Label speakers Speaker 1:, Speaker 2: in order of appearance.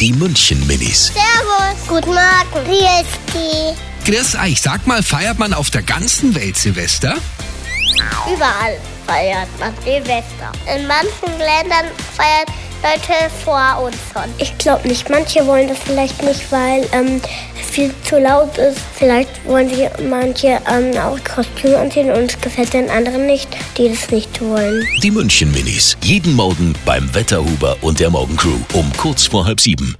Speaker 1: Die München Minis.
Speaker 2: Servus. Guten Morgen. Wie ist
Speaker 3: Chris, ah, ich sag mal, feiert man auf der ganzen Welt Silvester?
Speaker 2: Überall feiert man Silvester. In manchen Ländern feiern Leute vor uns schon. Ich glaube nicht. Manche wollen das vielleicht nicht, weil ähm, es viel zu laut ist. Vielleicht wollen sie manche ähm, auch Kostüme anziehen und es gefällt den anderen nicht, die das nicht wollen.
Speaker 1: Die München Minis. Jeden Morgen beim Wetterhuber und der Morgencrew um kurz vor halb sieben.